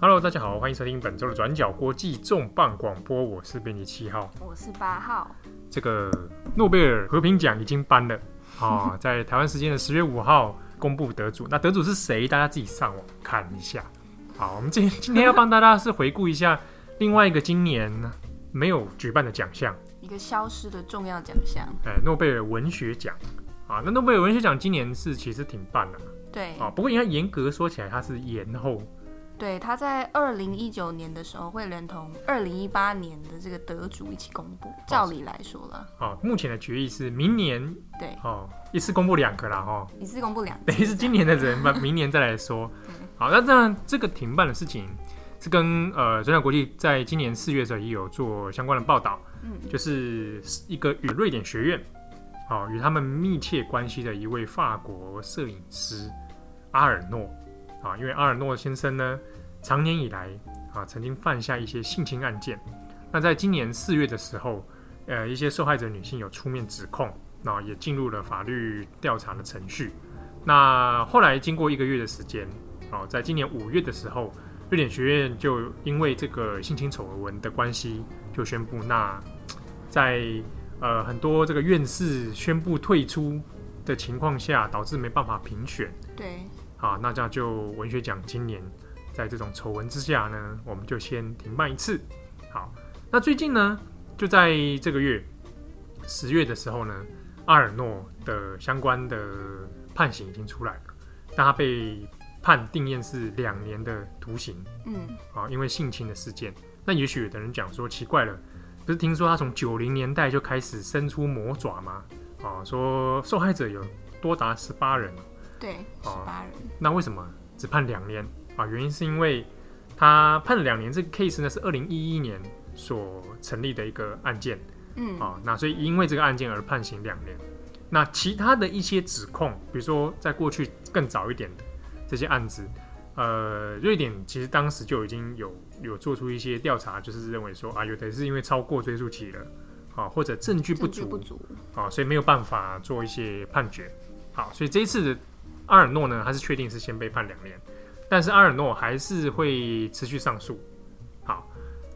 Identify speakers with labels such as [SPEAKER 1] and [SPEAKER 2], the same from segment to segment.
[SPEAKER 1] Hello，大家好，欢迎收听本周的转角国际重磅广播，我是编辑七号。
[SPEAKER 2] 我是八号，
[SPEAKER 1] 这个诺贝尔和平奖已经颁了啊、在台湾时间的十月五号公布得主。那得主是谁？大家自己上网看一下。好，我们今今天要 帮大家是回顾一下另外一个今年没有举办的奖项，
[SPEAKER 2] 一个消失的重要奖项。
[SPEAKER 1] 呃，诺贝尔文学奖啊。那诺贝尔文学奖今年是其实挺棒的
[SPEAKER 2] 对、
[SPEAKER 1] 啊，不过应该严格说起来，它是延后
[SPEAKER 2] 对，他在二零一九年的时候会连同二零一八年的这个得主一起公布。照理来说了，
[SPEAKER 1] 啊。目前的决议是明年
[SPEAKER 2] 对，
[SPEAKER 1] 哦，一次公布两个啦哈。哦
[SPEAKER 2] 一次公布两
[SPEAKER 1] 等于是今年的人吧，明年再来说。好，那这样这个停办的事情是跟呃转角国际在今年四月的时候也有做相关的报道，
[SPEAKER 2] 嗯，
[SPEAKER 1] 就是一个与瑞典学院，好、与他们密切关系的一位法国摄影师阿尔诺啊，因为阿尔诺先生呢，长年以来啊曾经犯下一些性侵案件，那在今年四月的时候，呃，一些受害者女性有出面指控，那、也进入了法律调查的程序。那后来经过一个月的时间，哦，在今年五月的时候，瑞典学院就因为这个性侵丑闻的关系，就宣布那在呃很多这个院士宣布退出的情况下，导致没办法评选
[SPEAKER 2] 对，
[SPEAKER 1] 啊，那这样就文学奖今年在这种丑闻之下呢，我们就先停办一次。好，那最近呢，就在这个月十月的时候呢，阿尔诺的相关的判刑已经出来了，那他被判定验是两年的徒刑
[SPEAKER 2] 嗯，
[SPEAKER 1] 啊，因为性侵的事件。那也许有的人讲说，奇怪了，不是听说他从九零年代就开始伸出魔爪吗？啊，说受害者有多达十八人。
[SPEAKER 2] 对，十
[SPEAKER 1] 哦
[SPEAKER 2] 八人，
[SPEAKER 1] 那为什么只判两年啊？原因是因为他判了两年，这个 case 呢是二零一一年所成立的一个案件
[SPEAKER 2] 嗯，
[SPEAKER 1] 啊，那所以因为这个案件而判刑两年。那其他的一些指控，比如说在过去更早一点的这些案子，呃，瑞典其实当时就已经有有做出一些调查，就是认为说啊，有的是因为超过追诉期了，啊，或者证据不
[SPEAKER 2] 证据
[SPEAKER 1] 足，
[SPEAKER 2] 不足，
[SPEAKER 1] 啊，所以没有办法做一些判决。好，所以这一次的阿尔诺呢，他是确定是先被判两年，但是阿尔诺还是会持续上诉。好，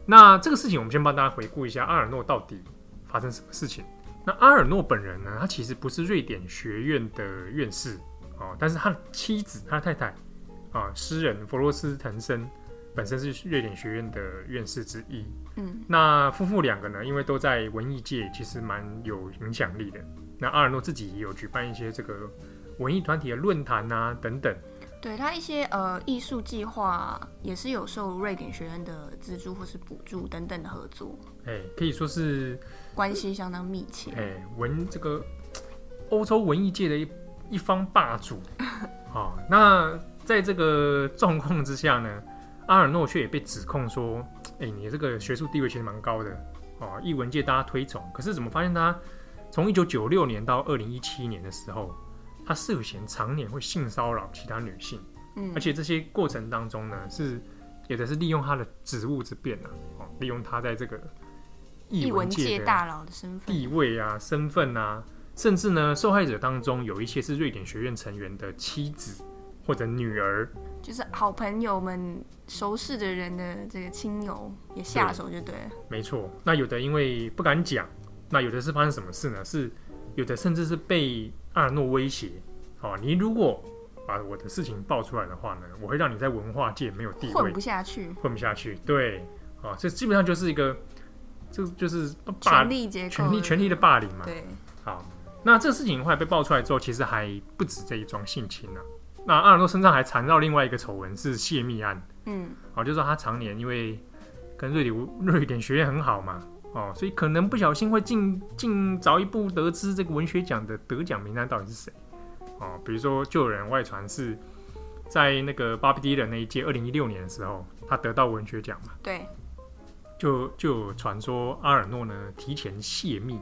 [SPEAKER 1] 那这个事情我们先帮大家回顾一下，阿尔诺到底发生什么事情？那阿尔诺本人呢，他其实不是瑞典学院的院士哦，但是他的妻子，他的太太啊，诗人弗罗斯滕森本身是瑞典学院的院士之一。
[SPEAKER 2] 嗯，
[SPEAKER 1] 那夫妇两个呢，因为都在文艺界，其实蛮有影响力的。那阿尔诺自己也有举办一些这个文艺团体的论坛啊等等。
[SPEAKER 2] 对他一些呃艺术计划也是有受瑞典学院的资助或是补助等等的合作，
[SPEAKER 1] 哎，可以说是
[SPEAKER 2] 关系相当密切。
[SPEAKER 1] 哎文这个欧洲文艺界的一一方霸 主啊、那在这个状况之下呢，阿尔诺却也被指控说，哎，你这个学术地位其实蛮高的哦，艺文界大家推崇，可是怎么发现他从一九九六年到二零一七年的时候，他涉嫌常年会性骚扰其他女性。
[SPEAKER 2] 嗯
[SPEAKER 1] 而，且这些过程当中呢，是有的是利用他的职务之便啊，哦，利用他在这个艺
[SPEAKER 2] 艺
[SPEAKER 1] 文
[SPEAKER 2] 文
[SPEAKER 1] 界
[SPEAKER 2] 界
[SPEAKER 1] 的
[SPEAKER 2] 大佬的身份，
[SPEAKER 1] 地位啊、身份啊，甚至呢，受害者当中有一些是瑞典学院成员的妻子或者女儿，
[SPEAKER 2] 就是好朋友们、熟识的人的这个亲友也下手就对了。
[SPEAKER 1] 没错。那有的因为不敢讲，那有的是发生什么事呢？是有的甚至是被阿尔诺威胁，哦，你如果把我的事情爆出来的话呢，我会让你在文化界没有地位
[SPEAKER 2] 混。不下去，
[SPEAKER 1] 混不下去。对，啊，这基本上就是一个，这就是霸
[SPEAKER 2] 权力结构，
[SPEAKER 1] 权力权力的霸凌嘛。
[SPEAKER 2] 对，
[SPEAKER 1] 好，那这个事情后来被爆出来之后，其实还不止这一桩性侵啊。那阿尔诺身上还缠绕另外一个丑闻是泄密案，
[SPEAKER 2] 嗯，
[SPEAKER 1] 哦，就是说他常年因为跟瑞典 瑞典学院很好嘛，哦，所以可能不小心会进进早一步得知这个文学奖的得奖名单到底是谁，哦，比如说就有人外传是在那个巴比迪人那一届，二零一六年的时候，他得到文学奖嘛，
[SPEAKER 2] 对，
[SPEAKER 1] 就就有传说阿尔诺呢提前泄密，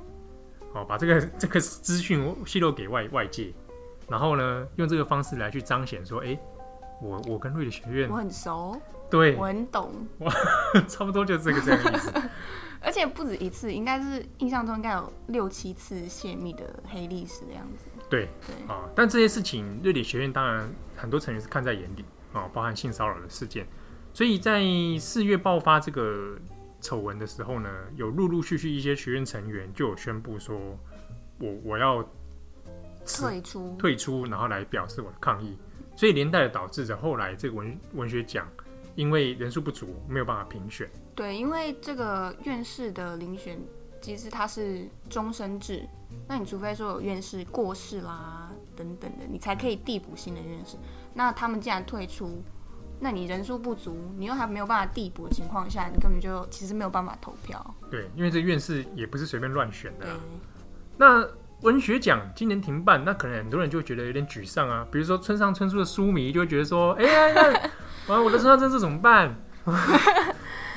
[SPEAKER 1] 哦，把这个这个资讯泄露给外外界，然后呢用这个方式来去彰显说，诶，我我跟瑞典学院
[SPEAKER 2] 我很熟，
[SPEAKER 1] 对
[SPEAKER 2] 我很懂，
[SPEAKER 1] 差不多就是这个这个意思。
[SPEAKER 2] 而且不止一次，应该是印象中应该有六七次泄密的黑历史的样子。
[SPEAKER 1] 对
[SPEAKER 2] 对，
[SPEAKER 1] 啊、哦但这些事情，瑞典学院当然很多成员是看在眼里啊、包含性骚扰的事件。所以在四月爆发这个丑闻的时候呢，有陆陆续续一些学院成员就有宣布说，我我要辞
[SPEAKER 2] 退出，
[SPEAKER 1] 退出，然后来表示我的抗议。所以连带的导致着后来这个文文学奖因为人数不足没有办法评选。
[SPEAKER 2] 对，因为这个院士的遴选机制它是终身制，那你除非说有院士过世啦等等的，你才可以递补新的院士。那他们既然退出，那你人数不足，你又还没有办法递补的情况下，你根本就其实没有办法投票。
[SPEAKER 1] 对，因为这院士也不是随便乱选的
[SPEAKER 2] 对
[SPEAKER 1] 啊、，那文学奖今年停办，那可能很多人就会觉得有点沮丧啊。比如说村上春树的书迷就会觉得说，哎、 呀，那啊，我的村上春树怎么办？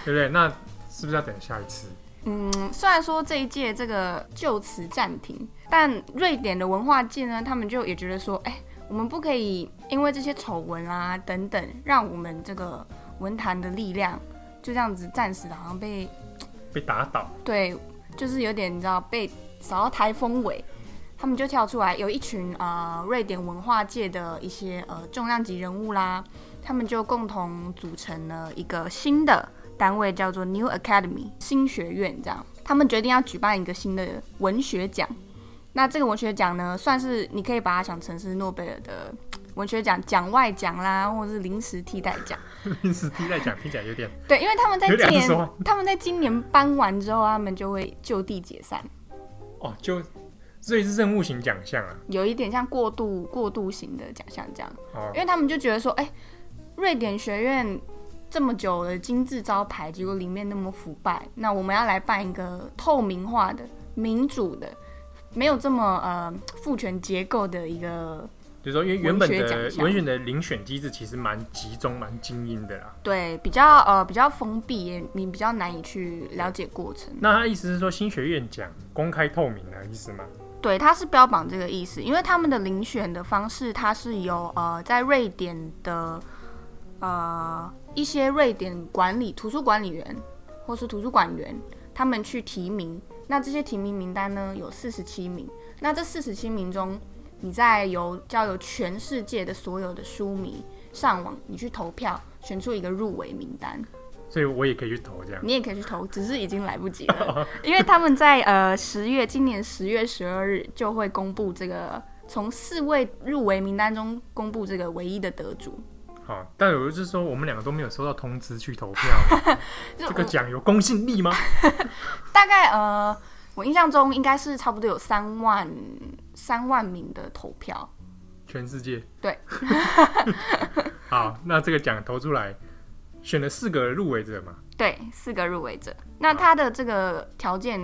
[SPEAKER 1] 对不对？那是不是要等下一次？
[SPEAKER 2] 嗯，虽然说这一届这个就此暂停，但瑞典的文化界呢，他们就也觉得说，哎、我们不可以因为这些丑闻啊等等，让我们这个文坛的力量就这样子暂时的，好像被
[SPEAKER 1] 被打倒？
[SPEAKER 2] 对，就是有点你知道被扫到台风尾，他们就跳出来，有一群啊、呃、瑞典文化界的一些呃重量级人物啦，他们就共同组成了一个新的单位，叫做 New Academy 新学院，这样他们决定要举办一个新的文学奖。那这个文学奖呢，算是你可以把它想成是诺贝尔的文学奖奖外奖啦，或者是临时替代奖。
[SPEAKER 1] 临时替代奖听起来有点
[SPEAKER 2] 对，因为他们在
[SPEAKER 1] 有
[SPEAKER 2] 今
[SPEAKER 1] 两
[SPEAKER 2] 年
[SPEAKER 1] 说
[SPEAKER 2] 他们在今年搬完之后，他们就会就地解散，
[SPEAKER 1] 哦，就所以是任务型奖项啊。
[SPEAKER 2] 有一点像过渡过渡型的奖项这样，
[SPEAKER 1] 哦
[SPEAKER 2] 因，为他们就觉得说，哎、瑞典学院这么久的金字招牌，结果里面那么腐败，那我们要来办一个透明化的、民主的。没有这么呃父权结构的一个
[SPEAKER 1] 就是说，因为原本
[SPEAKER 2] 文学
[SPEAKER 1] 的
[SPEAKER 2] 奖项
[SPEAKER 1] 文选的遴选机制其实蛮集中、蛮精英的啦。
[SPEAKER 2] 对比较呃比较封闭，也你比较难以去了解过程。
[SPEAKER 1] 那他意思是说，新学院奖公开透明的意思吗？
[SPEAKER 2] 对，它是标榜这个意思，因为他们的遴选的方式，它是由呃在瑞典的呃一些瑞典管理图书管理员或是图书馆员，他们去提名。那这些提名名单呢，有四十七名。那这四十七名中，你再由交由全世界的所有的书迷上网，你去投票，选出一个入围名单。
[SPEAKER 1] 所以我也可以去投这样。
[SPEAKER 2] 你也可以去投，只是已经来不及了，因为他们在呃十月，今年十月十二日就会公布这个从四位入围名单中公布这个唯一的得主。
[SPEAKER 1] 好、但有就是说，我们两个都没有收到通知去投 票，
[SPEAKER 2] 就
[SPEAKER 1] 这个
[SPEAKER 2] 我
[SPEAKER 1] 奖有公信力吗？
[SPEAKER 2] 大概呃，我印象中应该是差不多有三万三万名的投票。
[SPEAKER 1] 全世界
[SPEAKER 2] 对。
[SPEAKER 1] 好，那这个奖投出来，选了四个入围者嘛，
[SPEAKER 2] 对，四个入围者。那他的这个条件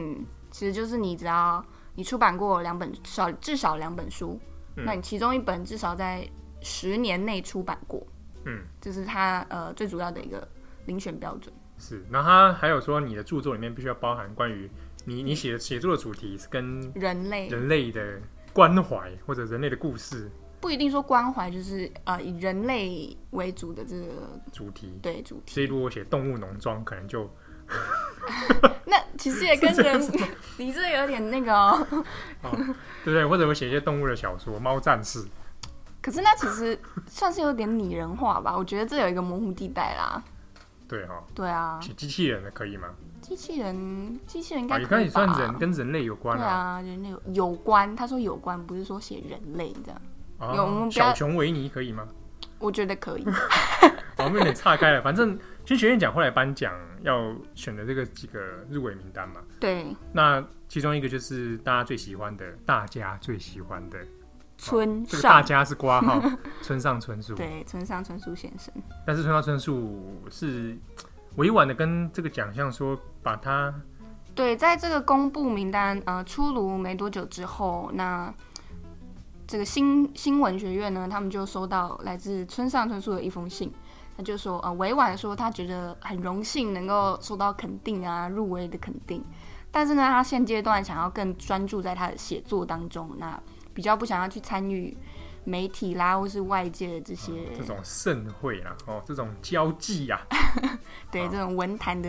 [SPEAKER 2] 其实就是你只要你出版过两本少至少两本书，
[SPEAKER 1] 嗯
[SPEAKER 2] 那你其中一本至少在十年内出版过，
[SPEAKER 1] 嗯，
[SPEAKER 2] 这是他呃最主要的一个遴选标准。
[SPEAKER 1] 是。然后他还有说，你的著作里面必须要包含关于你你写的写作的主题是跟
[SPEAKER 2] 人类
[SPEAKER 1] 人类的关怀或者人类的故事
[SPEAKER 2] 不一定说关怀，就是呃以人类为主的这个
[SPEAKER 1] 主题。
[SPEAKER 2] 对主题。
[SPEAKER 1] 所以如果写动物农庄，可能就
[SPEAKER 2] 那其实 也跟人， 你这有点那个、哦。
[SPEAKER 1] 对不对？或者我写一些动物的小说，《猫战士》
[SPEAKER 2] 可是那其实算是有点拟人化吧，我觉得这有一个模糊地带啦。
[SPEAKER 1] 对哈、
[SPEAKER 2] 对啊，
[SPEAKER 1] 写机器人的可以吗？
[SPEAKER 2] 机器人，机器人应
[SPEAKER 1] 啊，
[SPEAKER 2] 该
[SPEAKER 1] 也
[SPEAKER 2] 可
[SPEAKER 1] 可
[SPEAKER 2] 以
[SPEAKER 1] 以
[SPEAKER 2] 吧？
[SPEAKER 1] 算人跟人类有关
[SPEAKER 2] 对啊，人类有有关，他说有关，不是说写人类这样，
[SPEAKER 1] 啊
[SPEAKER 2] 有我们不要
[SPEAKER 1] 小熊维尼可以吗？
[SPEAKER 2] 我觉得可以。
[SPEAKER 1] 我们有点岔开了。反正新学院奖后来颁奖要选的这个几个入围名单嘛，
[SPEAKER 2] 对，
[SPEAKER 1] 那其中一个就是大家最喜欢的，大家最喜欢的
[SPEAKER 2] 村
[SPEAKER 1] 这个大
[SPEAKER 2] 上，
[SPEAKER 1] 家是挂 号村上春树，
[SPEAKER 2] 对，村上春树先生，
[SPEAKER 1] 但是村上春树是委婉的跟这个奖项说，把他
[SPEAKER 2] 对，在这个公布名单呃出炉没多久之后，那这个新新闻学院呢，他们就收到来自村上春树的一封信，他就说呃委婉的说他觉得很荣幸能够受到肯定啊入围的肯定，但是呢他现阶段想要更专注在他的写作当中，那比较不想要去参与媒体啦或是外界的这些、
[SPEAKER 1] 嗯这种盛会啊，哦，这种交际 啊，
[SPEAKER 2] 对这种文坛的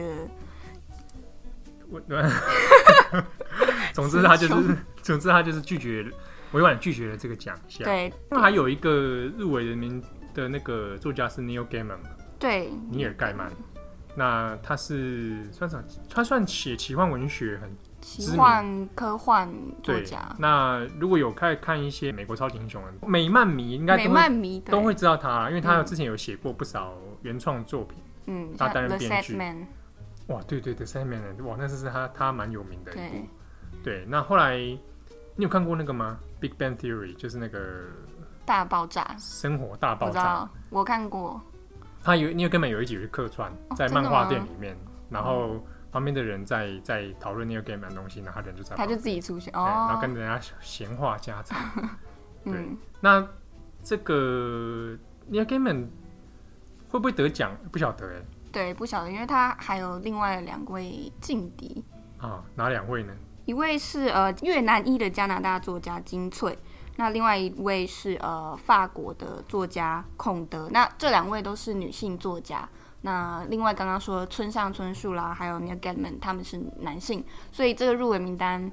[SPEAKER 1] 我 总之他就是，总之他就是拒绝，委婉地拒绝了这个奖项。
[SPEAKER 2] 对嗯
[SPEAKER 1] 那还有一个入围人名的那个作家是 Neil Gaiman 嘛
[SPEAKER 2] 对，
[SPEAKER 1] 尼尔盖曼。那他是算什么？他算写奇幻文学很知
[SPEAKER 2] 奇
[SPEAKER 1] 名
[SPEAKER 2] 幻科幻作
[SPEAKER 1] 对
[SPEAKER 2] 家，。
[SPEAKER 1] 那如果有看看一些美国超级英雄，美漫迷应该
[SPEAKER 2] 美
[SPEAKER 1] 都会
[SPEAKER 2] 漫迷对
[SPEAKER 1] 都会知道他，因为他
[SPEAKER 2] 嗯
[SPEAKER 1] 之前有写过不少原创作品。
[SPEAKER 2] 嗯，
[SPEAKER 1] 他
[SPEAKER 2] 像
[SPEAKER 1] 担任
[SPEAKER 2] The
[SPEAKER 1] 编
[SPEAKER 2] Sad
[SPEAKER 1] 剧
[SPEAKER 2] Man，
[SPEAKER 1] 哇，对对对，《三面人》哇，那是他他蛮有名的一
[SPEAKER 2] 对
[SPEAKER 1] 部。对，那后来你有看过那个吗？《Big Bang Theory》就是那个
[SPEAKER 2] 大爆炸，
[SPEAKER 1] 生活大
[SPEAKER 2] 我
[SPEAKER 1] 爆
[SPEAKER 2] 知
[SPEAKER 1] 炸
[SPEAKER 2] 道，，我看过，
[SPEAKER 1] 他有你有根本有一集是客串
[SPEAKER 2] 哦
[SPEAKER 1] 在
[SPEAKER 2] 真的
[SPEAKER 1] 漫画
[SPEAKER 2] 吗嗯
[SPEAKER 1] 店里面，然后旁边的人在在讨论 Neil Gaiman 的东西，然后他人就在
[SPEAKER 2] 他
[SPEAKER 1] 旁
[SPEAKER 2] 就
[SPEAKER 1] 边，
[SPEAKER 2] 自己出现
[SPEAKER 1] 哎然
[SPEAKER 2] 哦
[SPEAKER 1] 后，跟人家闲话家常。
[SPEAKER 2] 嗯，
[SPEAKER 1] 那这个 Neil Gaiman 会不会得奖？不晓得哎、
[SPEAKER 2] 对，不晓得，因为他还有另外两位劲敌，
[SPEAKER 1] 啊，哪两位呢？
[SPEAKER 2] 一位是呃越南裔的加拿大作家金翠，那另外一位是呃法国的作家孔德，那这两位都是女性作家。那另外刚刚说村上春树啦，还有 Neil Gaiman 他们是男性，所以这个入围名单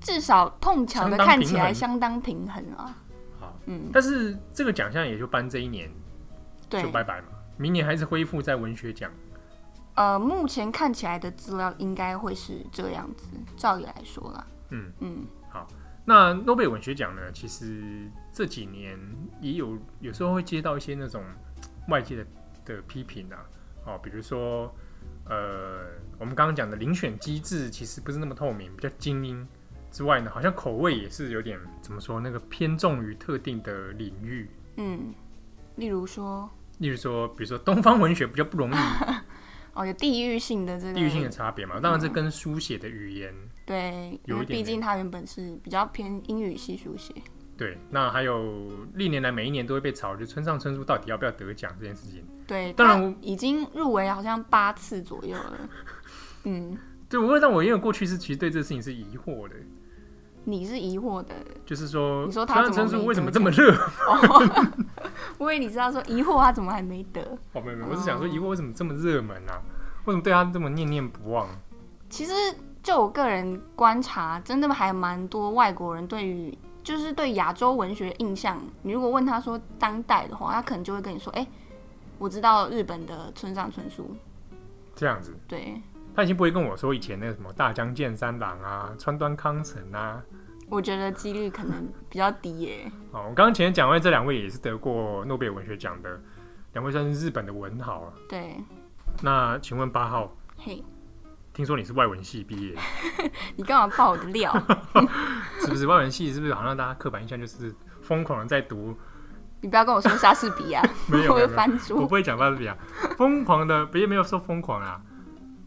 [SPEAKER 2] 至少碰巧的
[SPEAKER 1] 相当
[SPEAKER 2] 看起
[SPEAKER 1] 平
[SPEAKER 2] 来
[SPEAKER 1] 衡
[SPEAKER 2] 相当平衡啊。
[SPEAKER 1] 好，
[SPEAKER 2] 嗯，
[SPEAKER 1] 但是这个奖项也就颁这一年
[SPEAKER 2] 对
[SPEAKER 1] 就，拜拜嘛，明年还是恢复在文学奖。
[SPEAKER 2] 呃，目前看起来的资料应该会是这样子，照理来说啦，
[SPEAKER 1] 嗯
[SPEAKER 2] 嗯，
[SPEAKER 1] 那诺贝尔文学奖呢？其实这几年也有，有时候会接到一些那种嘖外界的的批评啊，哦，比如说，呃，我们刚刚讲的遴选机制其实不是那么透明，比较精英之外呢，好像口味也是有点怎么说，那个偏重于特定的领域，
[SPEAKER 2] 嗯，例如说，
[SPEAKER 1] 例如说，比如说东方文学比较不容易
[SPEAKER 2] 哦，有地域性的这个
[SPEAKER 1] 地域性的差别嘛，当然这跟书写的语言
[SPEAKER 2] 对，因
[SPEAKER 1] 有一
[SPEAKER 2] 为
[SPEAKER 1] 点
[SPEAKER 2] 毕
[SPEAKER 1] 点
[SPEAKER 2] 竟它原本是比较偏英语系书写，
[SPEAKER 1] 对，那还有历年来每一年都会被炒，就村上春树到底要不要得奖这件事情。
[SPEAKER 2] 对，
[SPEAKER 1] 当然
[SPEAKER 2] 它
[SPEAKER 1] 我
[SPEAKER 2] 已经入围好像八次左右了。嗯，
[SPEAKER 1] 对，我但我因为过去是其实对这事情是疑惑的，
[SPEAKER 2] 你是疑惑的，
[SPEAKER 1] 就是说，
[SPEAKER 2] 你说他
[SPEAKER 1] 村上春
[SPEAKER 2] 怎
[SPEAKER 1] 树
[SPEAKER 2] 么没
[SPEAKER 1] 为什么
[SPEAKER 2] 得
[SPEAKER 1] 这么热？
[SPEAKER 2] 哦 我以为你知道说疑惑他啊怎么还没得。
[SPEAKER 1] 哦，没有没有，我是想说疑惑为什么这么热门啊？为什么对他这么念念不忘？
[SPEAKER 2] 其实就我个人观察，真的还蛮多外国人对于就是对亚洲文学印象，你如果问他说当代的话，他可能就会跟你说，哎、我知道日本的村上春树，
[SPEAKER 1] 这样子，
[SPEAKER 2] 对
[SPEAKER 1] 他已经不会跟我说以前那个什么大江健三郎啊、川端康成啊。
[SPEAKER 2] 我觉得几率可能比较低耶、
[SPEAKER 1] 哦，我刚刚前面讲完这两位也是得过诺贝尔文学奖的，两位算是日本的文豪啊。
[SPEAKER 2] 对，
[SPEAKER 1] 那请问八号，
[SPEAKER 2] 嘿，
[SPEAKER 1] 听说你是外文系毕业的，
[SPEAKER 2] 你干嘛爆我的 料？
[SPEAKER 1] 是不是？外文系是不是好像大家刻板印象就是疯狂的在读？
[SPEAKER 2] 你不要跟我说莎士比亚，
[SPEAKER 1] 没有
[SPEAKER 2] 我
[SPEAKER 1] 没有
[SPEAKER 2] 会
[SPEAKER 1] 没有
[SPEAKER 2] 翻
[SPEAKER 1] 我
[SPEAKER 2] 桌。
[SPEAKER 1] 不会讲莎士比亚，疯狂的，别没有说疯狂啊。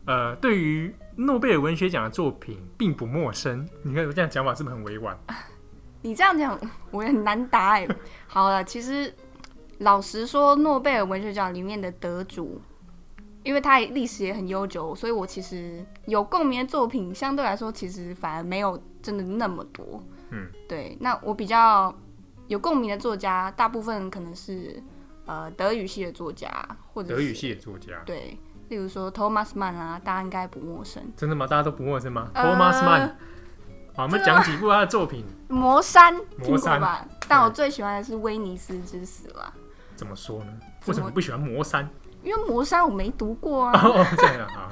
[SPEAKER 1] 呃，对于诺贝尔文学奖的作品并不陌生。你看我这样讲法是不是很委婉？
[SPEAKER 2] 啊你这样讲，我也很难答哎。好了，其实老实说，诺贝尔文学奖里面的得主，因为他也历史也很悠久，所以我其实有共鸣的作品，相对来说其实反而没有真的那么多。
[SPEAKER 1] 嗯，
[SPEAKER 2] 对。那我比较有共鸣的作家，大部分可能是呃德语系的作家，或者
[SPEAKER 1] 德语
[SPEAKER 2] 是
[SPEAKER 1] 系的作家，
[SPEAKER 2] 对，例如说 Thomas Mann 啊，大家应该不陌生。
[SPEAKER 1] 真的吗？大家都不陌生吗、
[SPEAKER 2] 呃
[SPEAKER 1] t h o m a s Mann，好，我们
[SPEAKER 2] 这个
[SPEAKER 1] 讲几部他的作品。
[SPEAKER 2] 魔山
[SPEAKER 1] 魔
[SPEAKER 2] 听过
[SPEAKER 1] 山
[SPEAKER 2] 吧？但我最喜欢的是《威尼斯之死》啦，
[SPEAKER 1] 怎么说 呢？为
[SPEAKER 2] 怎么
[SPEAKER 1] 什么不喜欢魔山？
[SPEAKER 2] 因为魔山我没读过 啊。
[SPEAKER 1] 哦，这样啊，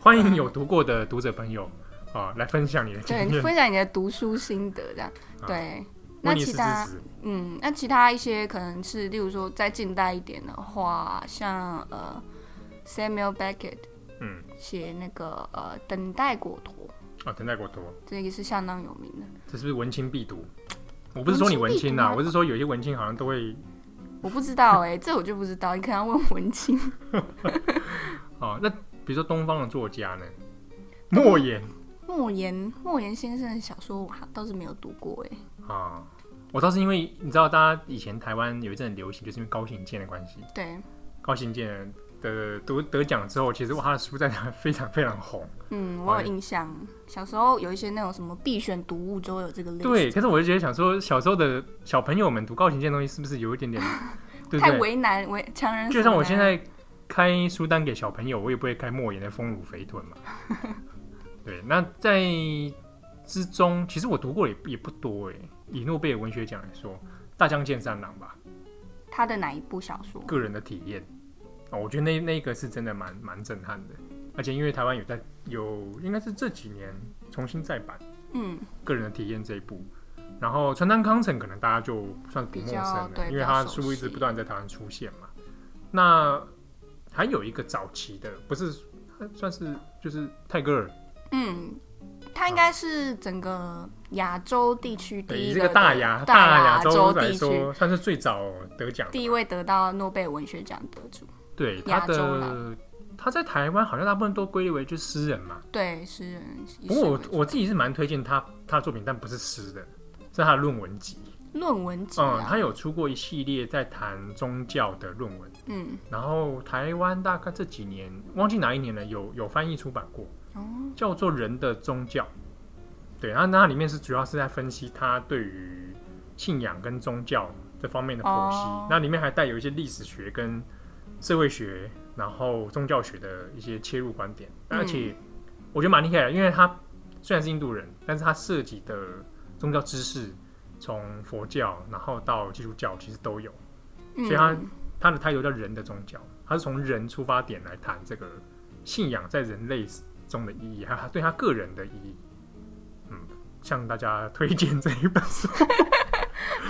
[SPEAKER 1] 欢迎有读过的读者朋友啊，来分享你的经
[SPEAKER 2] 对，你
[SPEAKER 1] 验。
[SPEAKER 2] 分享你的读书心得这样。对，那
[SPEAKER 1] 啊威尼
[SPEAKER 2] 其
[SPEAKER 1] 斯
[SPEAKER 2] 他
[SPEAKER 1] 之死，
[SPEAKER 2] 嗯，那其他一些可能是，例如说再近代一点的话，像呃 Samuel Beckett
[SPEAKER 1] 嗯，
[SPEAKER 2] 写那个呃《等待果陀》，
[SPEAKER 1] 啊，等待过多，
[SPEAKER 2] 这个是相当有名的。
[SPEAKER 1] 这是不是文青必读？我不是说你文青呐、啊
[SPEAKER 2] 文青必读吗
[SPEAKER 1] 我是说有些文青好像都会
[SPEAKER 2] 我不知道 哎、这我就不知道，你可能要问文青。
[SPEAKER 1] 哦，那比如说东方的作家呢，莫言
[SPEAKER 2] 莫言，莫言先生的小说我还倒是没有读过哎、
[SPEAKER 1] 啊、我倒是因为你知道，大家以前台湾有一阵很流行，就是因为高行健的关系，
[SPEAKER 2] 对，
[SPEAKER 1] 高行健的得得奖之后，其实哇，他的书在台湾非常非常红。
[SPEAKER 2] 嗯，
[SPEAKER 1] 好
[SPEAKER 2] 我
[SPEAKER 1] 嘞
[SPEAKER 2] 有印象，小时候有一些那种什么必选读物都有这个 list，
[SPEAKER 1] 对，可是我就觉得想说，小时候的小朋友们读高行健的东西，是不是有一点点，对不
[SPEAKER 2] 太
[SPEAKER 1] 对？
[SPEAKER 2] 为难为强人所
[SPEAKER 1] 就
[SPEAKER 2] 难。
[SPEAKER 1] 像我现在开书单给小朋友，我也不会开莫言的《丰乳肥臀》嘛。对，那在之中，其实我读过也也不多诶。以诺贝尔文学奖来说，《大江健三郎》吧，
[SPEAKER 2] 他的哪一部小说？
[SPEAKER 1] 个人的体验。哦，我觉得那那个是真的蛮蛮震撼的，而且因为台湾有在有应该是这几年重新再版
[SPEAKER 2] 嗯，
[SPEAKER 1] 个人的体验这一部，然后川端康成可能大家就算不
[SPEAKER 2] 比
[SPEAKER 1] 陌
[SPEAKER 2] 较
[SPEAKER 1] 生
[SPEAKER 2] 对
[SPEAKER 1] 了，因为
[SPEAKER 2] 比较
[SPEAKER 1] 他
[SPEAKER 2] 熟
[SPEAKER 1] 书一直
[SPEAKER 2] 悉
[SPEAKER 1] 不断在台湾出现嘛。那还有一个早期的，不是他算是就是泰戈尔，
[SPEAKER 2] 嗯，它应该是整个亚洲地区第
[SPEAKER 1] 对
[SPEAKER 2] 一
[SPEAKER 1] 以
[SPEAKER 2] 个
[SPEAKER 1] 这个大
[SPEAKER 2] 得
[SPEAKER 1] 亚
[SPEAKER 2] 大
[SPEAKER 1] 亚
[SPEAKER 2] 洲
[SPEAKER 1] 洲来
[SPEAKER 2] 地区
[SPEAKER 1] 说，算是最早得奖的
[SPEAKER 2] 第一
[SPEAKER 1] 嘛。
[SPEAKER 2] 位得到诺贝尔文学奖得主，
[SPEAKER 1] 对
[SPEAKER 2] 亚
[SPEAKER 1] 他
[SPEAKER 2] 洲啦
[SPEAKER 1] 的，他在台湾好像大部分都归类为就是诗人嘛。
[SPEAKER 2] 对，诗人。以
[SPEAKER 1] 不过我
[SPEAKER 2] 诗为
[SPEAKER 1] 我自己是蛮推荐他他的作品，但不是诗的，是他的论文集。
[SPEAKER 2] 论文集
[SPEAKER 1] 嗯，
[SPEAKER 2] 啊
[SPEAKER 1] 他，有出过一系列在谈宗教的论文，
[SPEAKER 2] 嗯，
[SPEAKER 1] 然后台湾大概这几年忘记哪一年了，有有翻译出版过，
[SPEAKER 2] 哦，
[SPEAKER 1] 叫做《人的宗教》。对，然后那里面是主要是在分析他对于信仰跟宗教这方面的剖析，
[SPEAKER 2] 哦
[SPEAKER 1] 那里面还带有一些历史学跟社会学，然后宗教学的一些切入观点，
[SPEAKER 2] 嗯
[SPEAKER 1] 而且我觉得蛮厉害的，因为他虽然是印度人，但是他涉及的宗教知识从佛教然后到基督教其实都有。
[SPEAKER 2] 嗯
[SPEAKER 1] 所以他他的 title 叫人的宗教，他是从人出发点来谈这个信仰在人类中的意义，还有对他个人的意义。嗯，向大家推荐这一本 书。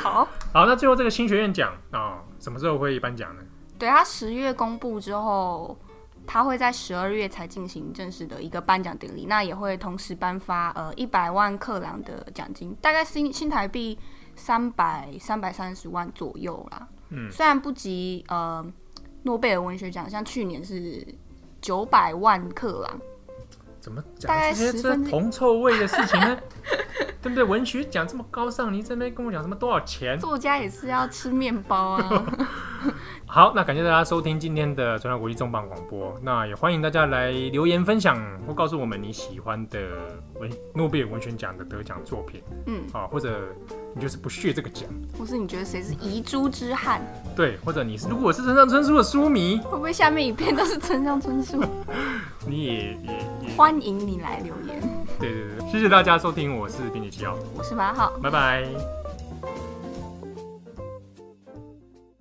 [SPEAKER 2] 好，
[SPEAKER 1] 好，那最后这个新学院奖啊、哦什么时候会颁奖呢？
[SPEAKER 2] 对他十月公布之后，他会在十二月才进行正式的一个颁奖典礼，那也会同时颁发呃一百万克朗的奖金，大概新新台币三百三百三十万左右啦。
[SPEAKER 1] 嗯
[SPEAKER 2] 虽然不及呃诺贝尔文学奖，像去年是九百万克朗，
[SPEAKER 1] 怎么讲
[SPEAKER 2] 大概
[SPEAKER 1] 这些
[SPEAKER 2] 10
[SPEAKER 1] 这
[SPEAKER 2] 分之
[SPEAKER 1] 铜臭味的事情呢？ 对不对？文学奖这么高尚，你这边跟我讲什么多少钱？
[SPEAKER 2] 作家也是要吃面包啊。
[SPEAKER 1] 好，那感谢大家收听今天的中央国际重磅广播。那也欢迎大家来留言分享，或告诉我们你喜欢的文诺贝尔文学奖的得奖作品
[SPEAKER 2] 嗯，
[SPEAKER 1] 啊，或者你就是不屑这个奖，
[SPEAKER 2] 或是你觉得谁是遗珠之憾？
[SPEAKER 1] 对，或者你是如果是村上春树的书迷，
[SPEAKER 2] 会不会下面一片都是村上春树？
[SPEAKER 1] 你也也也
[SPEAKER 2] 欢迎你来留言，
[SPEAKER 1] 对对对，谢谢大家收听，我是编辑七号，
[SPEAKER 2] 我是马浩。
[SPEAKER 1] 拜拜。